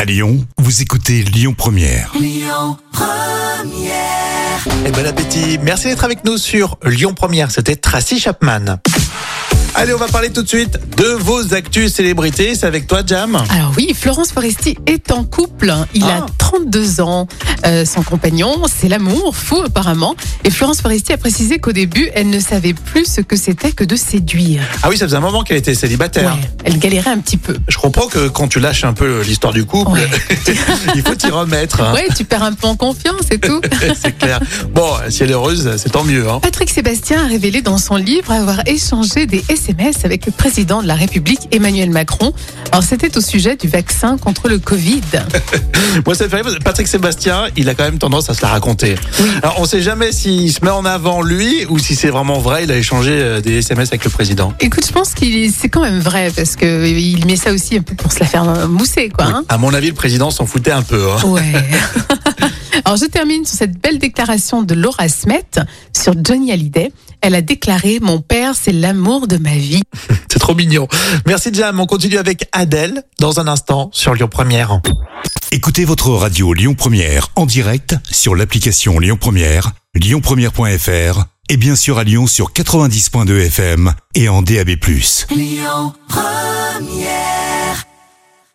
À Lyon, vous écoutez Lyon Première. Et bon appétit. Eh ben, Merci d'être avec nous sur Lyon Première. C'était Tracy Chapman. Allez, on va parler tout de suite de vos actus célébrités. C'est avec toi, Jam. Alors oui, Florence Foresti est en couple. Il Ah. a 32 ans. Euh, son compagnon, c'est l'amour, fou apparemment. Et Florence Foresti a précisé qu'au début, elle ne savait plus ce que c'était que de séduire. Ah oui, ça faisait un moment qu'elle était célibataire. Ouais, elle galérait un petit peu. Je comprends que quand tu lâches un peu l'histoire du couple, Ouais. il faut t'y remettre. hein. Ouais, tu perds un peu en confiance et tout. C'est clair. Bon, si elle est heureuse, c'est tant mieux. hein. Patrick Sébastien a révélé dans son livre avoir échangé des SMS avec le président de la République, Emmanuel Macron. Alors c'était au sujet du vaccin contre le Covid. Moi, ça me fait rire parce que Patrick Sébastien, il a quand même tendance à se la raconter. Alors, on sait jamais s'il se met en avant lui ou si c'est vraiment vrai. Il a échangé euh, des SMS avec le président. Écoute, je pense qu'il c'est quand même vrai parce que euh, il met ça aussi un peu pour se la faire mousser, quoi. hein. À mon avis, le président s'en foutait un peu. hein. Ouais. Alors je termine sur cette belle déclaration de Laura Smet sur Johnny Hallyday. Elle a déclaré Mon père, c'est l'amour de ma vie. C'est trop mignon. Merci, Jam. On continue avec Adèle dans un instant sur Lyon Première. Écoutez votre radio Lyon Première en direct sur l'application Lyon Première, lyonpremière.fr et bien sûr à Lyon sur 90.2 FM et en DAB+.